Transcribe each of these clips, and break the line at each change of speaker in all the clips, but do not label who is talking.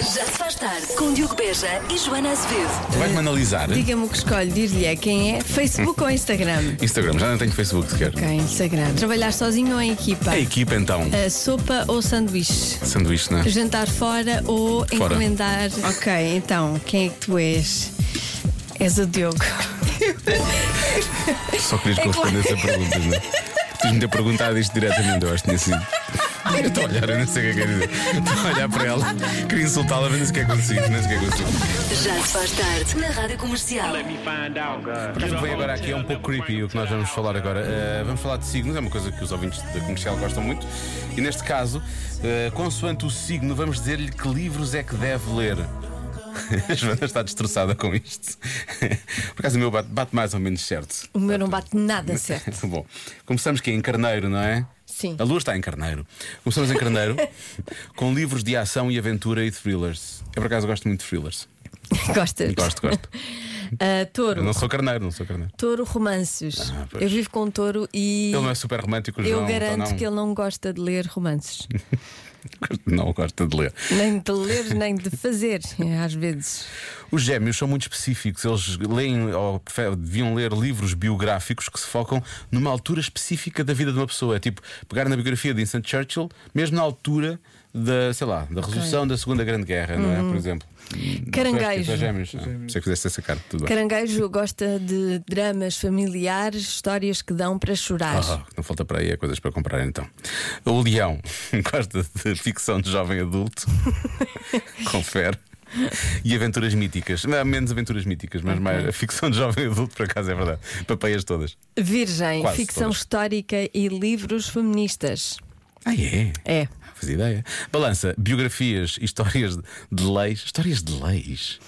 Já se faz tarde com Diogo Beja e Joana Azevedo.
Vais-me analisar?
Diga-me o que escolhe, dir-lhe é quem é, Facebook ou Instagram?
Instagram, já não tenho Facebook sequer.
Ok, Instagram. Trabalhar sozinho ou em equipa?
A equipa então,
A sopa ou sanduíche?
sanduíche, não é?
Jantar fora ou
Fora.
encomendar? Ok, então, quem é que tu és? És o Diogo.
Só querias que eu respondesse a perguntas, não é? Tinha-me ter perguntado isto diretamente, eu acho que tinha sido. Eu estou a olhar, eu não sei o que é que é dizer. Estou a olhar para ela, queria insultá-la, mas não sei o que é que consigo, não sei o que é que consigo.
Já se faz tarde na Rádio Comercial.
Let me find out.
Mas o que vem agora aqui é um pouco creepy o que nós vamos falar agora. Eh, vamos falar de signos, é uma coisa que os ouvintes da comercial gostam muito. E neste caso, eh, consoante o signo, vamos dizer-lhe que livros é que deve ler. A Joana está destroçada com isto. Por acaso o meu bate, bate mais ou menos certo.
O meu não bate nada certo.
Muito Bom, começamos que em Carneiro, não é?
Sim.
A lua está em Carneiro. Começamos em Carneiro com livros de ação e aventura e thrillers. Eu por acaso gosto muito de thrillers.
Gostas?
Gosto, gosto.
Ah,
Eu
touro.
não sou Carneiro, não sou Carneiro.
Touro romances.
Ah, pois.
Eu vivo com um touro e
Ele não é super romântico,
eu
João. então
garanto
não.
que ele não gosta de ler romances.
Não gosta de ler.
nem de ler, nem de fazer, às vezes.
Os gêmeos são muito específicos. Eles leem ou prefe- deviam ler livros biográficos que se focam numa altura específica da vida de uma pessoa. É tipo pegar na biografia de Winston Churchill, mesmo na altura da, sei lá, da resolução da Segunda Grande Guerra, não é? Por exemplo.
Uhum. Caranguejo.
Tu és gêmeos. Ah, por isso é que fizeste essa cara. Tudo bem.
Caranguejo gosta de dramas familiares, histórias que dão para chorar.
Ah, o que não falta para aí é coisas para comprar então. O Leão gosta de ficção de jovem adulto. Confere. E aventuras míticas. Não, menos aventuras míticas, mas mais a ficção de jovem adulto, por acaso é verdade. Papeias todas.
Virgem,
Quase
ficção
todas.
histórica e livros feministas.
Ah, é?
É.
Não fazia ideia. Balança, biografias, histórias de- de leis. Histórias de leis?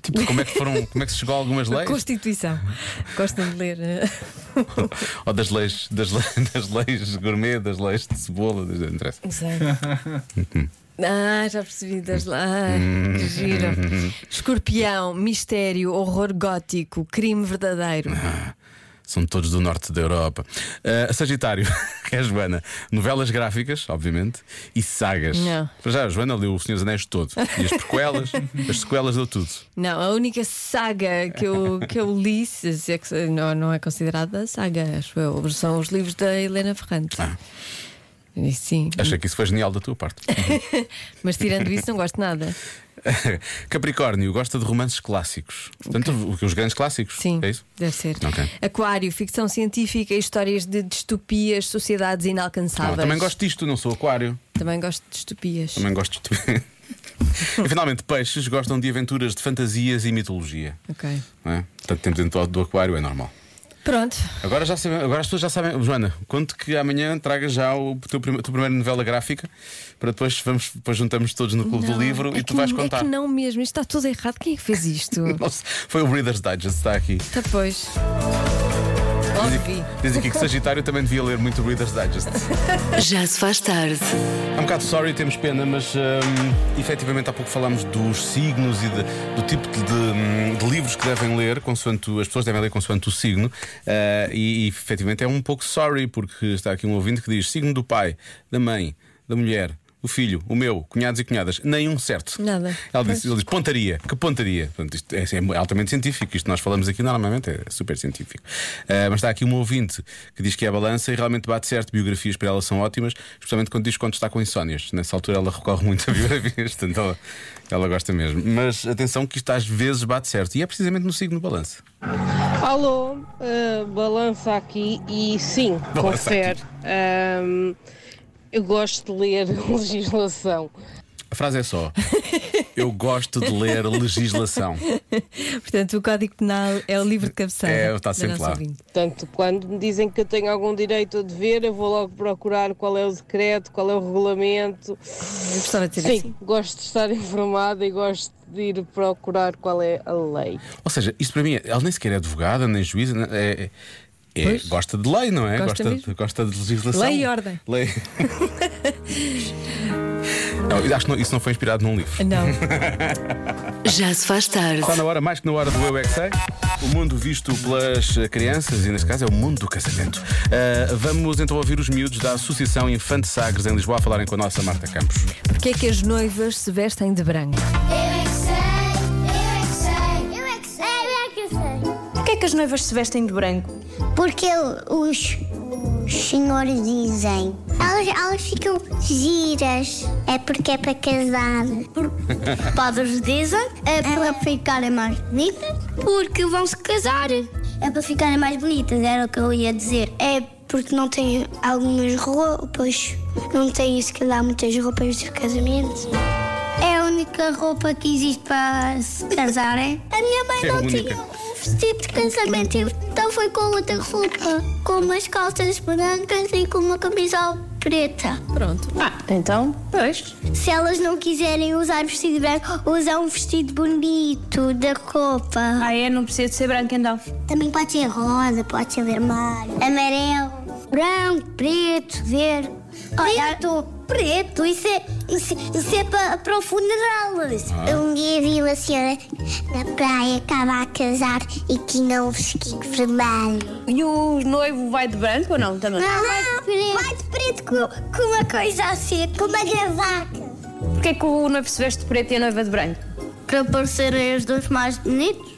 Tipo, como é que foram, como é que se chegou a algumas leis?
Constituição. Gostam de ler. eh,
Ou das leis, das leis, das leis gourmet, das leis de cebola, das- não interessa.
Não sei.
Uhum.
Ah, já percebi das lá. Ai, que giro.
Uhum.
Escorpião, mistério, horror gótico, crime verdadeiro.
São todos do norte da Europa. Ah, Sagitário, que é a Joana. Novelas gráficas, obviamente, e sagas.
Não.
Para já, a Joana leu Os Senhores Anéis todo. E as prequelas, as sequelas deu tudo.
Não, a única saga que eu, que eu li, se é que- não, não é considerada saga, acho eu, são os livros da Helena Ferrante.
Ah.
E Sim,
Achei que isso foi genial da tua parte.
mas tirando isso, não gosto de nada.
Capricórnio, gosta de romances clássicos. Portanto, o- os grandes clássicos.
Sim,
É isso?
deve ser.
Ok.
Aquário, ficção científica, histórias de distopias, sociedades
Ah,
inalcançáveis.
também gosto disto, não sou aquário.
Também gosto de distopias.
Também gosto de... E finalmente, peixes gostam de aventuras de fantasias e mitologia.
Ok.
Não é? Portanto, temos dentro do- do aquário, é normal.
Pronto,
Agora, já sabem, agora as pessoas já sabem. Joana, conto que amanhã traga já o teu prim- a tua primeira novela gráfica para depois, vamos, depois juntamos todos no clube
Não,
do livro
é
e
que
tu vais
não- É
contar.
que não mesmo, isto está tudo errado. Quem é que fez isto?
Nossa, foi o Reader's Digest, está aqui.
Tá, pois.
Diz
Ouvi.
aqui, diz aqui que Sagitário também devia ler muito o Reader's Digest.
Já se faz tarde.
É um bocado sorry, temos pena, mas hum, efetivamente há pouco falámos dos signos e de- do tipo de, de, hum, de livros que devem ler, consoante o- as pessoas devem ler consoante o signo, eh, e, e efetivamente é um pouco sorry, porque está aqui um ouvinte que diz: signo do pai, da mãe, da mulher. do filho, o meu, cunhados e cunhadas, nenhum certo.
Nada.
Ela disse, ele diz pontaria, que pontaria. Portanto, isto é, é altamente científico, isto nós falamos aqui normalmente é super científico. Ah, mas está aqui uma ouvinte que diz que é a balança e realmente bate certo. Biografias para ela são ótimas, especialmente quando diz quando está com insónias. Nessa altura ela recorre muito a biografias, portanto ela, ela gosta mesmo. Mas atenção que isto às vezes bate certo e é precisamente no signo balança.
Alô, ah, balança aqui e sim,
Balança
confere. Ahm, eu gosto de ler legislação.
A frase é só: Eu gosto de ler legislação.
Portanto, o Código Penal é o livro de cabeceira.
É, está
da
sempre
nossa
lá.
ouvinte.
Portanto, quando me dizem que eu tenho algum direito ou dever, eu vou logo procurar qual é o decreto, qual é o regulamento.
Eu gostava de ser assim.
Sim, gosto de estar informada e gosto de ir procurar qual é a lei.
Ou seja, isto para mim, ela nem sequer é advogada, nem juíza, nem- é- é- é-
Pois.
gosta de lei, não é?
Gosta
de,
mesmo.
gosta de legislação.
Lei e ordem.
Lei. Não, eu acho que não- isso não foi inspirado num livro.
Ah, Não.
Já se faz tarde.
Está na hora, mais que na hora do Eu é Que Sei. O mundo visto pelas eh, crianças, e neste caso é o mundo do casamento. Ah, vamos então ouvir os miúdos da Associação Infante Sagres em Lisboa a falarem com a nossa Marta Campos.
Porquê é que as noivas se vestem de branco?
Eu é que sei, eu é que sei, eu é que sei, eu é que sei.
Porquê é que as noivas se vestem de branco?
Porque os, os senhores dizem. Elas, elas ficam giras. É porque é para casar. Os padres dizem. É para ficarem mais bonitas. Porque vão se casar. É para ficarem mais bonitas, era o que eu ia dizer. É porque não têm algumas roupas. Não têm, se calhar, muitas roupas de casamento. É a única roupa que existe para se casarem. A minha mãe
É a
não
única.
tinha um vestido de casamento, então foi com outra roupa, com umas calças brancas e com uma camisola preta.
Pronto.
Ah, então, pois.
Se elas não quiserem usar vestido branco, usam um vestido bonito da roupa.
Ah, é? Não precisa de ser branco então.
Também pode ser rosa, pode ser vermelho, amarelo, branco, preto, verde. Preto, preto, isso é, isso, isso é para, para o funeral. Um dia vi uma senhora na praia que estava a casar e tinha um vestido vermelho.
E o noivo vai de branco ou não também?
Não, vai de Ah, preto com, com uma coisa assim, com uma gravata.
Porquê é que o noivo se veste de preto e a noiva de branco?
Para parecerem os dois mais bonitos.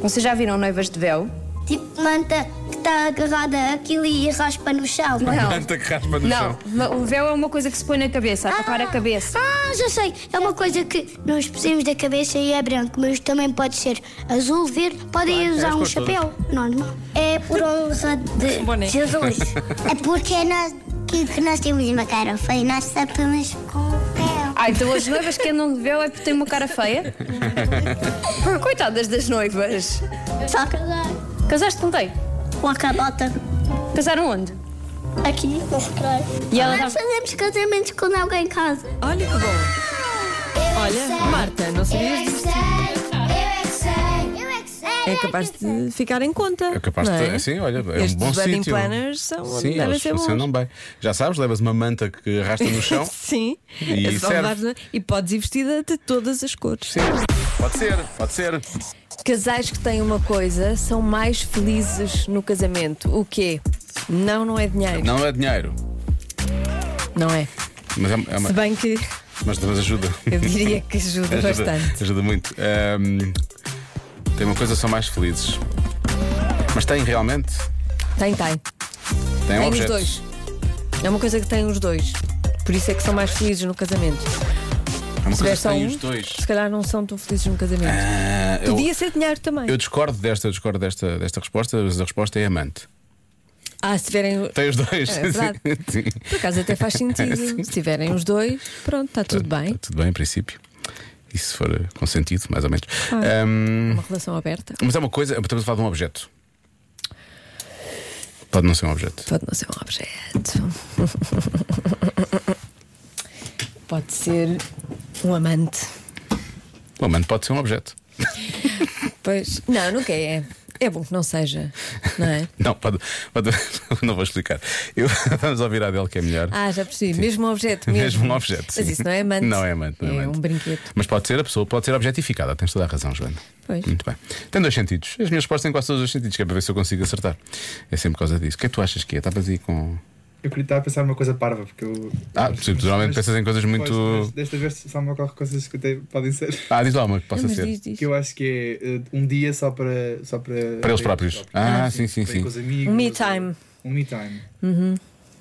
Vocês já viram noivas de véu?
Tipo manta que está agarrada àquilo e raspa no chão.
Tipo,
Marta que raspa no
Não,
chão.
ma- o véu é uma coisa que se põe na cabeça, a tapar a cabeça.
Ah, já sei. É uma coisa que nós pusemos da cabeça e é branco, mas também pode ser azul, verde. Podem usar um
cores
chapéu normal. É por honra de Jesus. é porque nós, que, que nós temos uma cara feia, nós sapamos com o pé.
Ah, então as noivas que andam de véu é porque têm uma cara feia? Coitadas das noivas.
Só casar
Casaste com quem?
com a cabota.
Casaram onde?
Aqui no recreio.
E ela
Nós
tá-
fazemos casamentos quando alguém casa.
Olha que bom. Olha, Marta, não sabias disso?
eu é que sei.
É capaz de ficar em conta.
É capaz
não
de. É? Sim, olha, é
Estes
um bom
wedding
sítio.
planners são,
Sim,
devem
eles
ser bons.
funcionam bem. Já sabes, levas uma manta que arrasta no chão.
Sim.
E
É só
serve.
levar na- e podes ir vestida de todas as cores.
Sim, pode ser, pode ser.
Casais que têm uma coisa são mais felizes no casamento. O quê? Não, não é dinheiro.
Não é dinheiro,
Não é.
mas, é, é uma-
Se bem que
mas, mas ajuda.
eu diria que ajuda bastante.
ajuda muito. Ahm, tem uma coisa, são mais felizes. Mas tem realmente?
Tem, tem.
Tem,
Tem os
objetos.
dois. É uma coisa que tem os dois. Por isso é que são mais felizes no casamento.
É uma coisa
Se tiver
que
só
tem
um,
os dois.
se calhar não são tão felizes no casamento.
Ah, eu,
Podia ser dinheiro também.
eu discordo desta, eu discordo desta, desta resposta, mas a resposta é amante.
Ah, se tiverem.
Tem os dois.
É verdade.
Sim.
Por acaso até faz sentido.
Sim.
Se tiverem os dois, pronto, está tudo bem.
Tá tudo bem, em princípio. E se for eh, consentido, mais ou menos.
Ah.
Ahm,
Uma relação aberta.
mas é uma coisa, estamos a falar de um objeto. Pode não ser um objeto.
Pode não ser um objeto. Pode ser um amante.
Um amante pode ser um objeto.
Pois. Não, nunca é. É bom que não seja, não é?
Não, pode. pode- não vou explicar. Eu, vamos ouvir a dele que é melhor.
Ah, já percebi. Mesmo objeto. Mesmo,
Mesmo um objeto.
Mas
sim.
isso não é amante.
Não é amante. não é amante.
um brinquedo.
Mas pode ser, a pessoa pode ser objetificada. Tens toda a razão, Joana.
Pois.
Muito bem. Tem dois sentidos. As minhas respostas têm quase todos os sentidos, que é para ver se eu consigo acertar. É sempre por causa disso. O que é que tu achas que é? Estavas aí com.
Eu queria estar a pensar numa coisa parva, porque eu.
Ah, sim, tu normalmente pensas em coisas muito-
Pois, mas desta vez só me ocorre coisas que até podem ser.
Ah, diz lá uma que possa
Não, mas
ser.
diz, diz.
Que eu acho que é eh, um dia só para. Só para,
Para eles próprios. Ah, sim, sim,
Para ir
sim.
com os amigos,
Um me time. Uhum.
Um me time.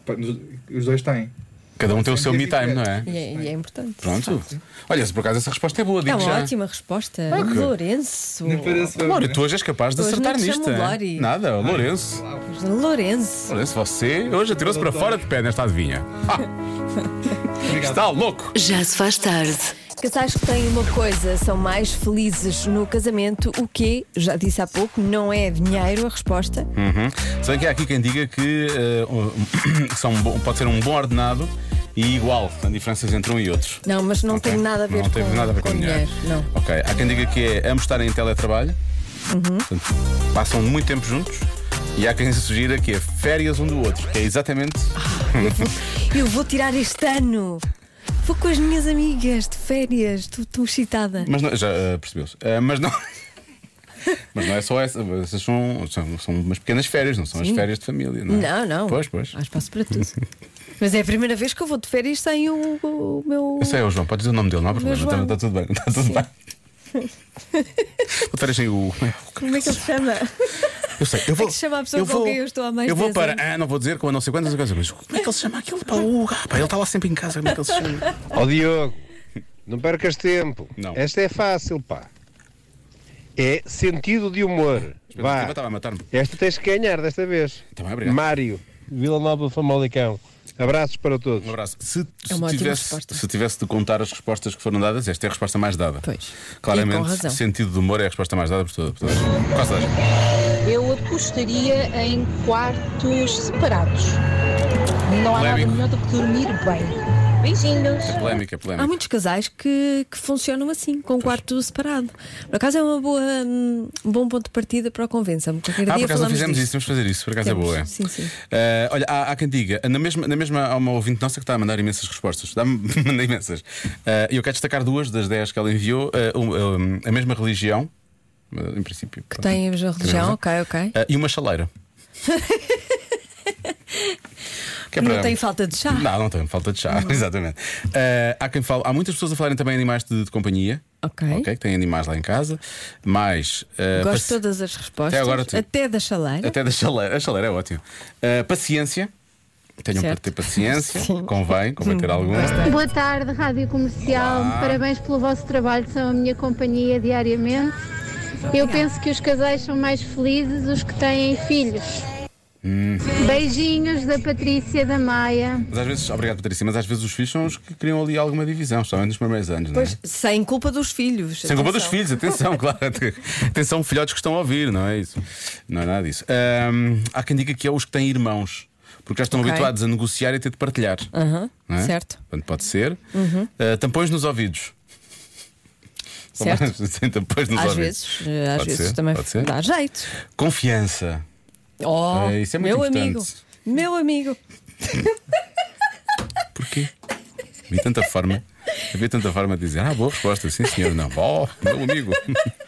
Pa- nos- Os dois têm.
Cada um tem o seu me time, não é?
E é, e é importante.
Pronto. Olha, se por acaso essa resposta é boa,
É
digo
uma
já. é.
ótima resposta. Lourenço.
Nem parece. né?
Lório, tu hoje és capaz de
Hoje
acertar
não te
nisto.
chamo
é?
Lori.
Nada, Lourenço.
Lourenço.
Lourenço, você hoje atirou-se para fora de pé nesta adivinha. Ah,
Obrigado.
está louco!
Já se faz tarde.
Casais que têm uma coisa são mais felizes no casamento, o que, já disse há pouco, não é dinheiro a resposta.
Uhum. Se bem que há aqui quem diga que eh, um- que são um bom- pode ser um bom ordenado e igual, tem diferenças entre um e outro.
Não, mas não
Ok?
tem nada a ver
não
com,
teve nada a ver com, dinheiro.
Não.
Ok, há quem diga que é ambos estarem em teletrabalho,
Uhum.
portanto, passam muito tempo juntos. E há quem sugira que é férias um do outro, que é exatamente.
Eu vou tirar este ano. Vou com as minhas amigas de férias. Estou tão excitada.
Mas não, já eh, percebeu-se. Eh, mas não. Mas não é só essa, essas são, são, são umas pequenas férias, não são as férias de família, não é?
Não, não.
Pois, pois.
Há espaço para tudo. Mas é a primeira vez que eu vou de férias sem o, o meu.
Esse é o João, pode dizer o nome dele, não há problema,
João.
está, está tudo bem, está tudo bem. Vou ter assim o.
Como é que ele se chama?
Eu sei, eu vou.
que se chama a pessoa com quem eu estou há mais
Eu vou
10
para.
anos.
Ah, não vou dizer como não sei quantas coisas, mas como é que ele se chama aquele pá? o gajo, pá, ele está lá sempre em casa, como é que ele se chama?
Ó Diogo, não percas tempo.
Não.
Esta é fácil, pá. É sentido de humor.
Eu
Vá.
estava a matar-me.
Esta tens que ganhar desta vez.
Tá bem, obrigado.
Mário, Vila Nova Famalicão. Abraços para todos.
Um abraço. Se,
É uma
se
ótima
tivesse,
resposta.
se tivesse de contar as respostas que foram dadas, esta é a resposta mais dada.
Pois. E com
Claramente,
razão.
sentido de humor é a resposta mais dada por toda- por todas. Quase toda a gente.
Eu apostaria em quartos separados. Não há nada
Polémico. É
melhor do que dormir bem. Beijinhos.
Polémica,
Há
polémica.
muitos casais que, que funcionam assim, com o quarto separado. Por acaso é uma boa, hum, um bom ponto de partida para o convença-me. Qualquer
Ah, por
dia
acaso não
falamos
fizemos isso,
disso.
vamos fazer isso, por acaso
Temos,
é boa. é.
sim, sim.
Eh, olha, há, há quem diga, na mesma, na mesma há uma ouvinte nossa que está a mandar imensas respostas, dá manda imensas. Eh, E eu quero destacar duas das dez que ela enviou, eh, um, um, a mesma religião, eh, em princípio. Ah,
Que tem a mesma religião, ok, ok.
e uma chaleira. Que é
Não
para-
tem falta de chá.
Não, não tem falta de chá, exatamente. Eh, há, quem fala, há muitas pessoas a falarem também de animais de, de companhia.
Ok.
Ok, que têm animais lá em casa. Mas. eh,
Gosto de
paci-
todas as respostas.
Até agora tu-
até da chaleira.
Até da chaleira. A chaleira é ótimo. Eh, paciência. Tenham
Certo.
para ter paciência.
Sim.
Convém, convém ter alguma.
Boa tarde, Rádio Comercial. Parabéns pelo vosso trabalho, são a minha companhia diariamente. Eu penso que os casais são mais felizes os que têm filhos. Beijinhos da Patrícia da Maia.
Mas às vezes, obrigado Patrícia, mas às vezes os filhos são os que criam ali alguma divisão, somente nos primeiros anos, não é?
Pois, sem culpa dos filhos.
Sem culpa dos
atenção.
filhos, atenção, claro. Atenção, filhotes que estão a ouvir, não é isso? Não é nada disso. Ahm, há quem diga que é os que têm irmãos, porque já estão
Ok.
habituados a negociar e a ter de partilhar.
Aham,
não é?
Certo, Uhum.
Portanto, pode ser. Ah, tampões nos ouvidos.
certo.
Sim, tampões nos
Às
ouvidos.
vezes, eh, às
Pode
vezes
ser,
também
pode ser.
dá jeito.
Confiança.
Oh,
É, isso é muito
meu
importante.
amigo. Meu amigo.
Porquê? Havia tanta forma. Havia tanta forma de dizer, ah, boa resposta, sim senhor, não. Oh, meu amigo.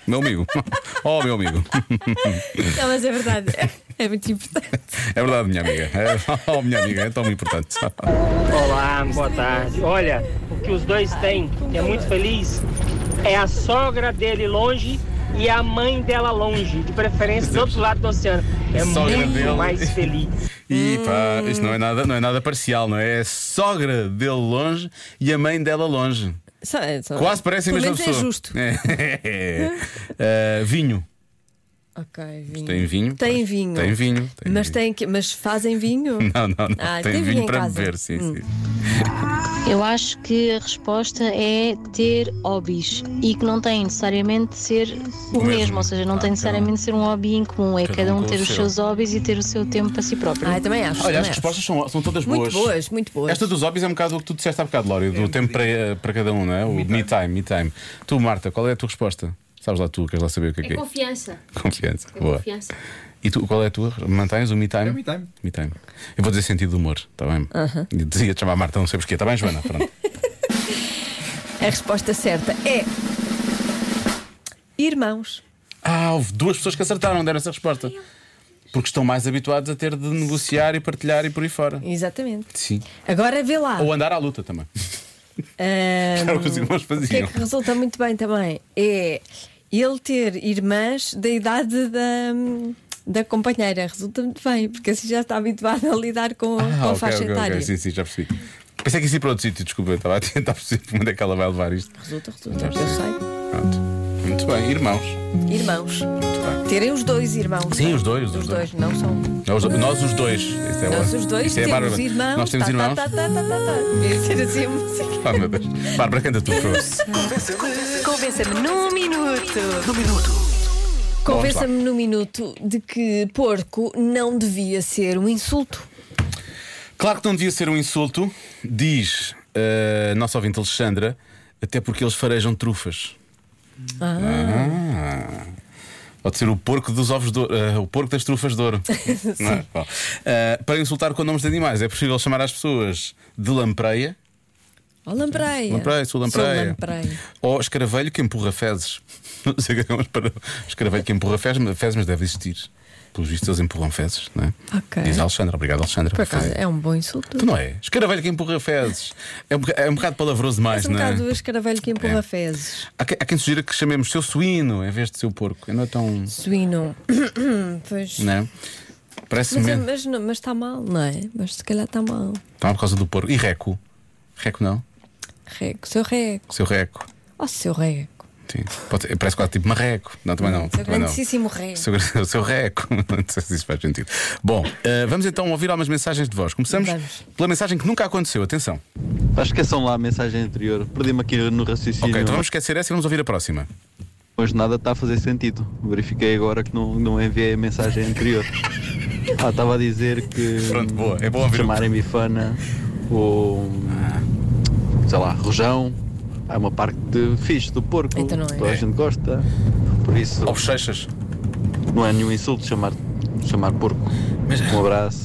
Meu amigo. Oh, meu amigo.
Não, mas é verdade. É muito importante.
É verdade, minha amiga. É, oh, minha amiga, é tão importante.
Olá, boa tarde. Olha, o que os dois têm, que é muito feliz, é a sogra dele longe e a mãe dela longe, de preferência do outro lado do oceano. É
Sogra
muito
dele.
mais feliz.
E pá, isto não é nada, não é nada parcial, não é? É a sogra dele longe e a mãe dela longe.
Só- é só-
Quase parecem a
pelo
mesma
menos
pessoa.
é justo.
É. Ah, vinho.
Ok, vinho.
Tem vinho?
Tem
Pois.
vinho.
Tem vinho. tem
Mas,
vinho.
tem que- mas fazem vinho?
Não, não, não.
Ah,
tem,
tem vinho
vinho
em
para
casa. Hum.
beber, sim, sim.
Eu acho que a resposta é ter hobbies e que não tem necessariamente de ser o,
mesmo.
mesmo. ou seja, não
Ah,
tem necessariamente de ser um hobby em comum, é
cada
cada,
um
um,
com
ter
o
os
seu.
seus hobbies e ter o seu tempo para si próprio.
Ah, eu também acho.
Olha,
também
as
acho.
respostas são, são todas
Muito
boas.
boas, muito boas. É um
Esta dos hobbies é um bocado o que tu disseste há bocado, Lório, do tempo para, para cada um, não é? O me time, me time. Tu, Marta, qual é a tua resposta? Sabes lá tu, queres lá saber o que é que é?
Confiança,
Confiança. Boa. E tu, qual é a tua? Mantens o me time?
É o me time.
Me time. Eu vou dizer sentido de humor, está bem? Eu Dizia-te chamar Marta, não sei porquê. Está bem, Joana? Pronto.
A resposta certa é. Irmãos.
ah, houve duas pessoas que acertaram, deram essa resposta. Porque estão mais habituados a ter de negociar e partilhar e por aí fora.
Exatamente.
Sim.
Agora vê lá.
Ou andar à luta também.
Ahm,
Era o que os irmãos
o que é
faziam.
que resulta muito bem também? É ele ter irmãs da idade da, da companheira. Resulta muito bem, porque assim já está habituado a lidar com,
Ah,
com a
ok,
faixa
ok, ok.
etária.
Sim, sim, já percebi. Pensei que isso ia para outro sítio, desculpa, eu estava a tentar perceber onde é que ela vai levar isto.
Resulta, resulta,
Já
eu sei.
Pronto. Muito bem, irmãos.
Irmãos.
Muito bem.
Terem os dois irmãos.
Sim, os dois, os
Os
dois.
dois, não são.
Nós, nós os dois. Isto é
Nós
ótimo.
os dois
Isto é a
temos
Bárbara.
irmãos.
Nós temos
tá,
irmãos.
Tá, tá, tá, tá, tá, tá. Devia ser assim a música.
Ah, meu Deus. Bárbara, canta tu, por favor.
Convença-me num minuto.
Convença-me no minuto de que porco não devia ser um insulto.
Claro que não devia ser um insulto, diz eh, a nossa ouvinte Alexandra, até porque eles farejam trufas. Ah. Pode ser o porco dos ovos de ouro, eh, o porco das trufas de ouro. Não é? Bom, eh, para insultar com nomes de animais, é possível chamar as pessoas de lampreia,
Ó, lampreia.
Lampreia, sou lampreia.
Sou lampreia.
Ou escaravelho que empurra fezes. Não sei o que é mas para. Escaravelho que empurra fezes, mas fezes, mas deve existir. Pelos vistos, eles empurram fezes, não é?
Ok.
Diz a Alexandra. Obrigado, Alexandra.
Por acaso é um bom insulto.
Tu não é? Escaravelho que empurra fezes. É um boca- é um bocado palavroso demais,
És um
não é?
bocado escaravelho que empurra fezes.
Há, que- há quem sugira que chamemos seu suíno em vez de seu porco. Eu não é tão.
Suíno. pois.
Não é? Parece-me.
Mas, é
menos.
mas, não- mas está mal, não é? Mas se calhar está mal.
Tá por causa do porco. E reco? Reco não?
Rego, seu rego.
Seu reco.
Ó, seu rego.
Sim. Pode ser- parece quase tipo marreco. Não, também Ah, não.
Seu
também não.
grandíssimo rego.
Seu, o seu reco. Não sei se isso faz sentido. Bom, eh, vamos então ouvir algumas mensagens de voz. Começamos pela mensagem que nunca aconteceu. Atenção.
Pá, esqueçam é lá a mensagem anterior. Perdi-me aqui no raciocínio.
Ok, então vamos esquecer essa e vamos ouvir a próxima.
Mas nada está a fazer sentido. Verifiquei agora que não, não enviei a mensagem anterior. Ah, estava a dizer que. Pronto,
boa. É bom ouvir.
Chamarem bifana ou.
Ah.
sei lá, rojão. É uma parte de fixe do porco.
Então não é.
Toda a
É.
gente gosta. Por isso. Ou
bochechas.
Não é nenhum insulto chamar, chamar porco. Um abraço.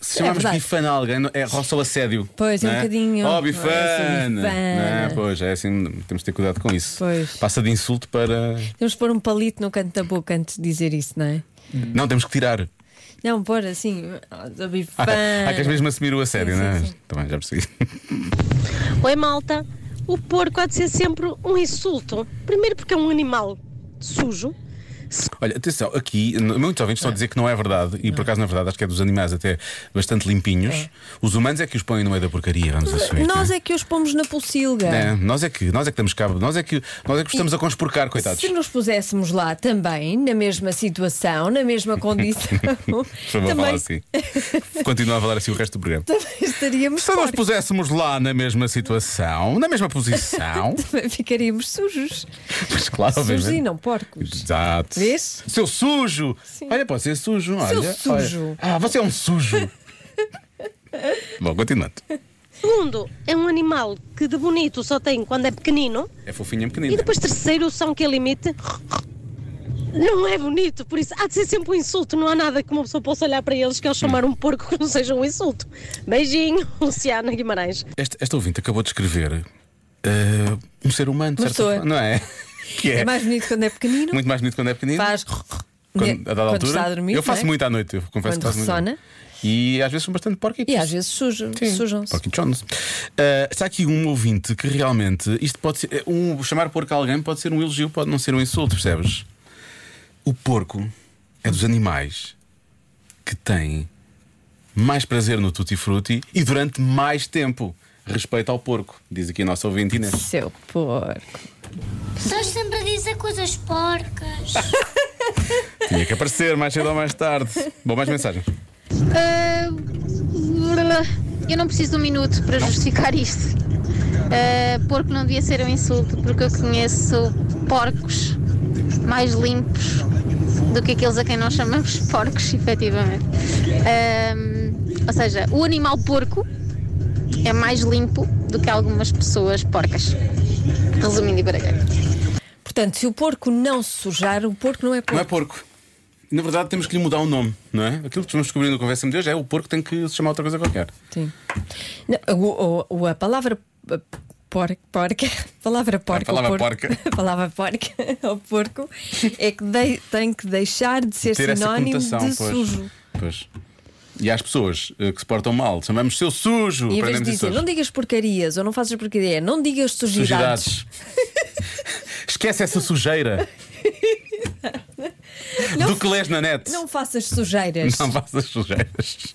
Se chamarmos
É verdade.
bifana a alguém, é roça o assédio.
Pois, é um
não
bocadinho.
Oh,
Ah,
bifana!
sou bifana.
Não, pois, é assim, temos de ter cuidado com isso.
Pois.
Passa de insulto para.
Temos de pôr um palito no canto da boca antes de dizer isso, não é?
Não, temos que tirar.
Não, pôr assim. ó, da
Há,
bifana.
há Ah, tá. que às vezes me assumir o assédio,
Sim,
não é?
sim, sim.
Também já percebi.
Oi, malta. O porco há de ser sempre um insulto. Primeiro, porque é um animal sujo.
Olha, atenção, aqui n- muitos ouvintes estão a dizer que não é verdade, e por acaso não é verdade, acho que é dos animais até bastante limpinhos. Os humanos é que os põem no meio da porcaria, vamos assumir.
Nós
não é?
é que os pomos na pocilga.
É, nós é que nós é que damos cabo, nós é que nós é que estamos a conspurcar, coitados.
Se nos puséssemos lá também, na mesma situação, na mesma condição,
Foi bom falar
também,
assim. Continua a falar assim o resto do programa.
também estaríamos
Se nós puséssemos lá na mesma situação, na mesma posição,
também ficaríamos sujos.
mas claro,
sujos e
obviamente.
não porcos.
Exato.
Vês?
Seu sujo! Olha, pode ser sujo,
Seu
olha.
sujo.
olha. Ah, você é um sujo. Bom, continuando.
Segundo, é um animal que de bonito só tem quando é pequenino.
É fofinha pequenina.
E depois, terceiro, o som que ele emite não é bonito. Por isso, há de ser sempre um insulto. Não há nada que uma pessoa possa olhar para eles que eles chamar um porco que não seja um insulto. Beijinho, Luciana Guimarães.
Esta, esta ouvinte acabou de escrever eh, um ser humano, de
Uma
certa
pessoa.
forma, não é? Que é,
É mais bonito quando é pequenino.
muito mais bonito quando é pequenino.
Faz. né,
quando, a dada
quando
altura,
está a dormir,
eu faço
não é?
muito à noite, eu confesso
Quando
que faço muito.
ressona.
E às vezes são bastante porquitos.
E às vezes sujam- sujam-se.
Porky Jones. Eh, está aqui um ouvinte que realmente isto pode ser eh, um chamar porco a alguém pode ser um elogio, pode não ser um insulto, percebes? O porco é dos animais que tem mais prazer no tutti frutti e durante mais tempo. Respeito ao porco, diz aqui a nossa ouvinte Inês.
Seu porco.
Estás sempre a dizer coisas porcas.
Tinha que aparecer mais cedo ou mais tarde. Bom, mais mensagens.
Ah, eu não preciso de um minuto para justificar isto. Ah, porco não devia ser um insulto, porque eu conheço porcos mais limpos do que aqueles a quem nós chamamos porcos, efetivamente. Ah, ou seja, o animal porco é mais limpo do que algumas pessoas porcas. Resumindo e baralhando.
Portanto, se o porco não se sujar, o porco não é porco.
Não é porco. Na verdade, temos que lhe mudar o nome, não é? Aquilo que vamos descobrir no Conversa de Deus é o porco tem que se chamar outra coisa qualquer.
Sim. Não, o- o- o- a palavra uh, por- porca, a palavra porca,
palavra
ou porco-
porca.
a palavra porca ou porco é que dei- tem que deixar de ser
Ter essa
É sinónimo
conotação,
de
pois.
sujo.
Pois. E às pessoas eh, que se portam mal, chamamos seu sujo.
E em vez
Aprendemos
de
isso
dizer
hoje.
não digas porcarias ou não fazes porcaria, é, não digas sujidades.
Sujidades. Esquece essa sujeira do que lês na net.
Não faças sujeiras.
Não faças sujeiras.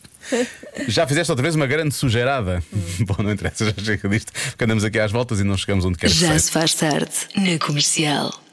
Já fizeste outra vez uma grande sujeirada.
Hum.
Bom, não interessa, já chega disto, porque andamos aqui às voltas e não chegamos onde quer que
Já
seja.
se faz tarde na comercial.